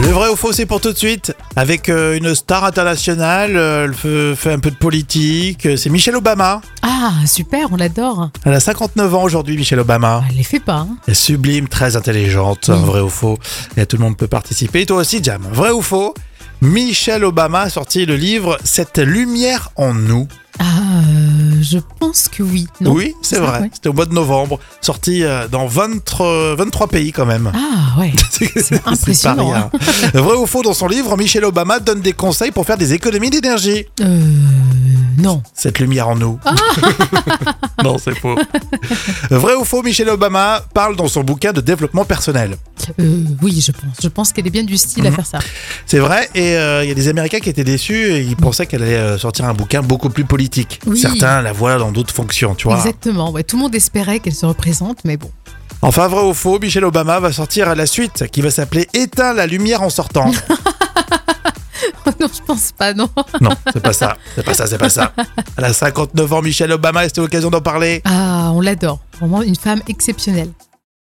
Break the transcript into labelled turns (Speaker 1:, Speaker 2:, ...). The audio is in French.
Speaker 1: Le vrai ou faux, c'est pour tout de suite. Avec euh, une star internationale, euh, elle fe- fait un peu de politique. euh, C'est Michelle Obama.
Speaker 2: Ah, super, on l'adore.
Speaker 1: Elle a 59 ans aujourd'hui, Michelle Obama.
Speaker 2: Elle les fait pas. hein.
Speaker 1: Elle est sublime, très intelligente,
Speaker 2: Oui.
Speaker 1: vrai ou faux. Et tout le monde peut participer. Et toi aussi, Jam, vrai ou faux Michelle Obama a sorti le livre Cette lumière en nous.
Speaker 2: Ah, euh, je pense que oui. Non
Speaker 1: oui, c'est
Speaker 2: c'est
Speaker 1: vrai.
Speaker 2: vrai.
Speaker 1: C'était au mois de novembre, sorti euh, dans 23, 23 pays quand même.
Speaker 2: Ah ouais.
Speaker 1: C'est pas
Speaker 2: impressionnant, hein.
Speaker 1: rien. Vrai ou faux, dans son livre, Michelle Obama donne des conseils pour faire des économies d'énergie.
Speaker 2: Euh, non.
Speaker 1: Cette lumière en nous. non, c'est faux. Vrai ou faux, Michelle Obama parle dans son bouquin de développement personnel.
Speaker 2: Euh, oui, je pense. Je pense qu'elle est bien du style à
Speaker 1: Mhm.
Speaker 2: faire ça.
Speaker 1: C'est vrai, et euh, il y a des Américains qui étaient déçus et ils pensaient qu'elle allait euh, sortir un bouquin beaucoup plus politique.
Speaker 2: Oui.
Speaker 1: Certains la voient dans d'autres fonctions, tu vois.
Speaker 2: Exactement. Ouais, tout le monde espérait qu'elle se représente, mais bon.
Speaker 1: Enfin, vrai ou faux, Michelle Obama va sortir à la suite qui va s'appeler Éteins la lumière en sortant.
Speaker 2: non, je pense pas, non.
Speaker 1: non, c'est pas ça, c'est pas ça, c'est pas ça. Elle a 59 ans, Michelle Obama, et c'était l'occasion d'en parler.
Speaker 2: Ah, on l'adore. Vraiment une femme exceptionnelle.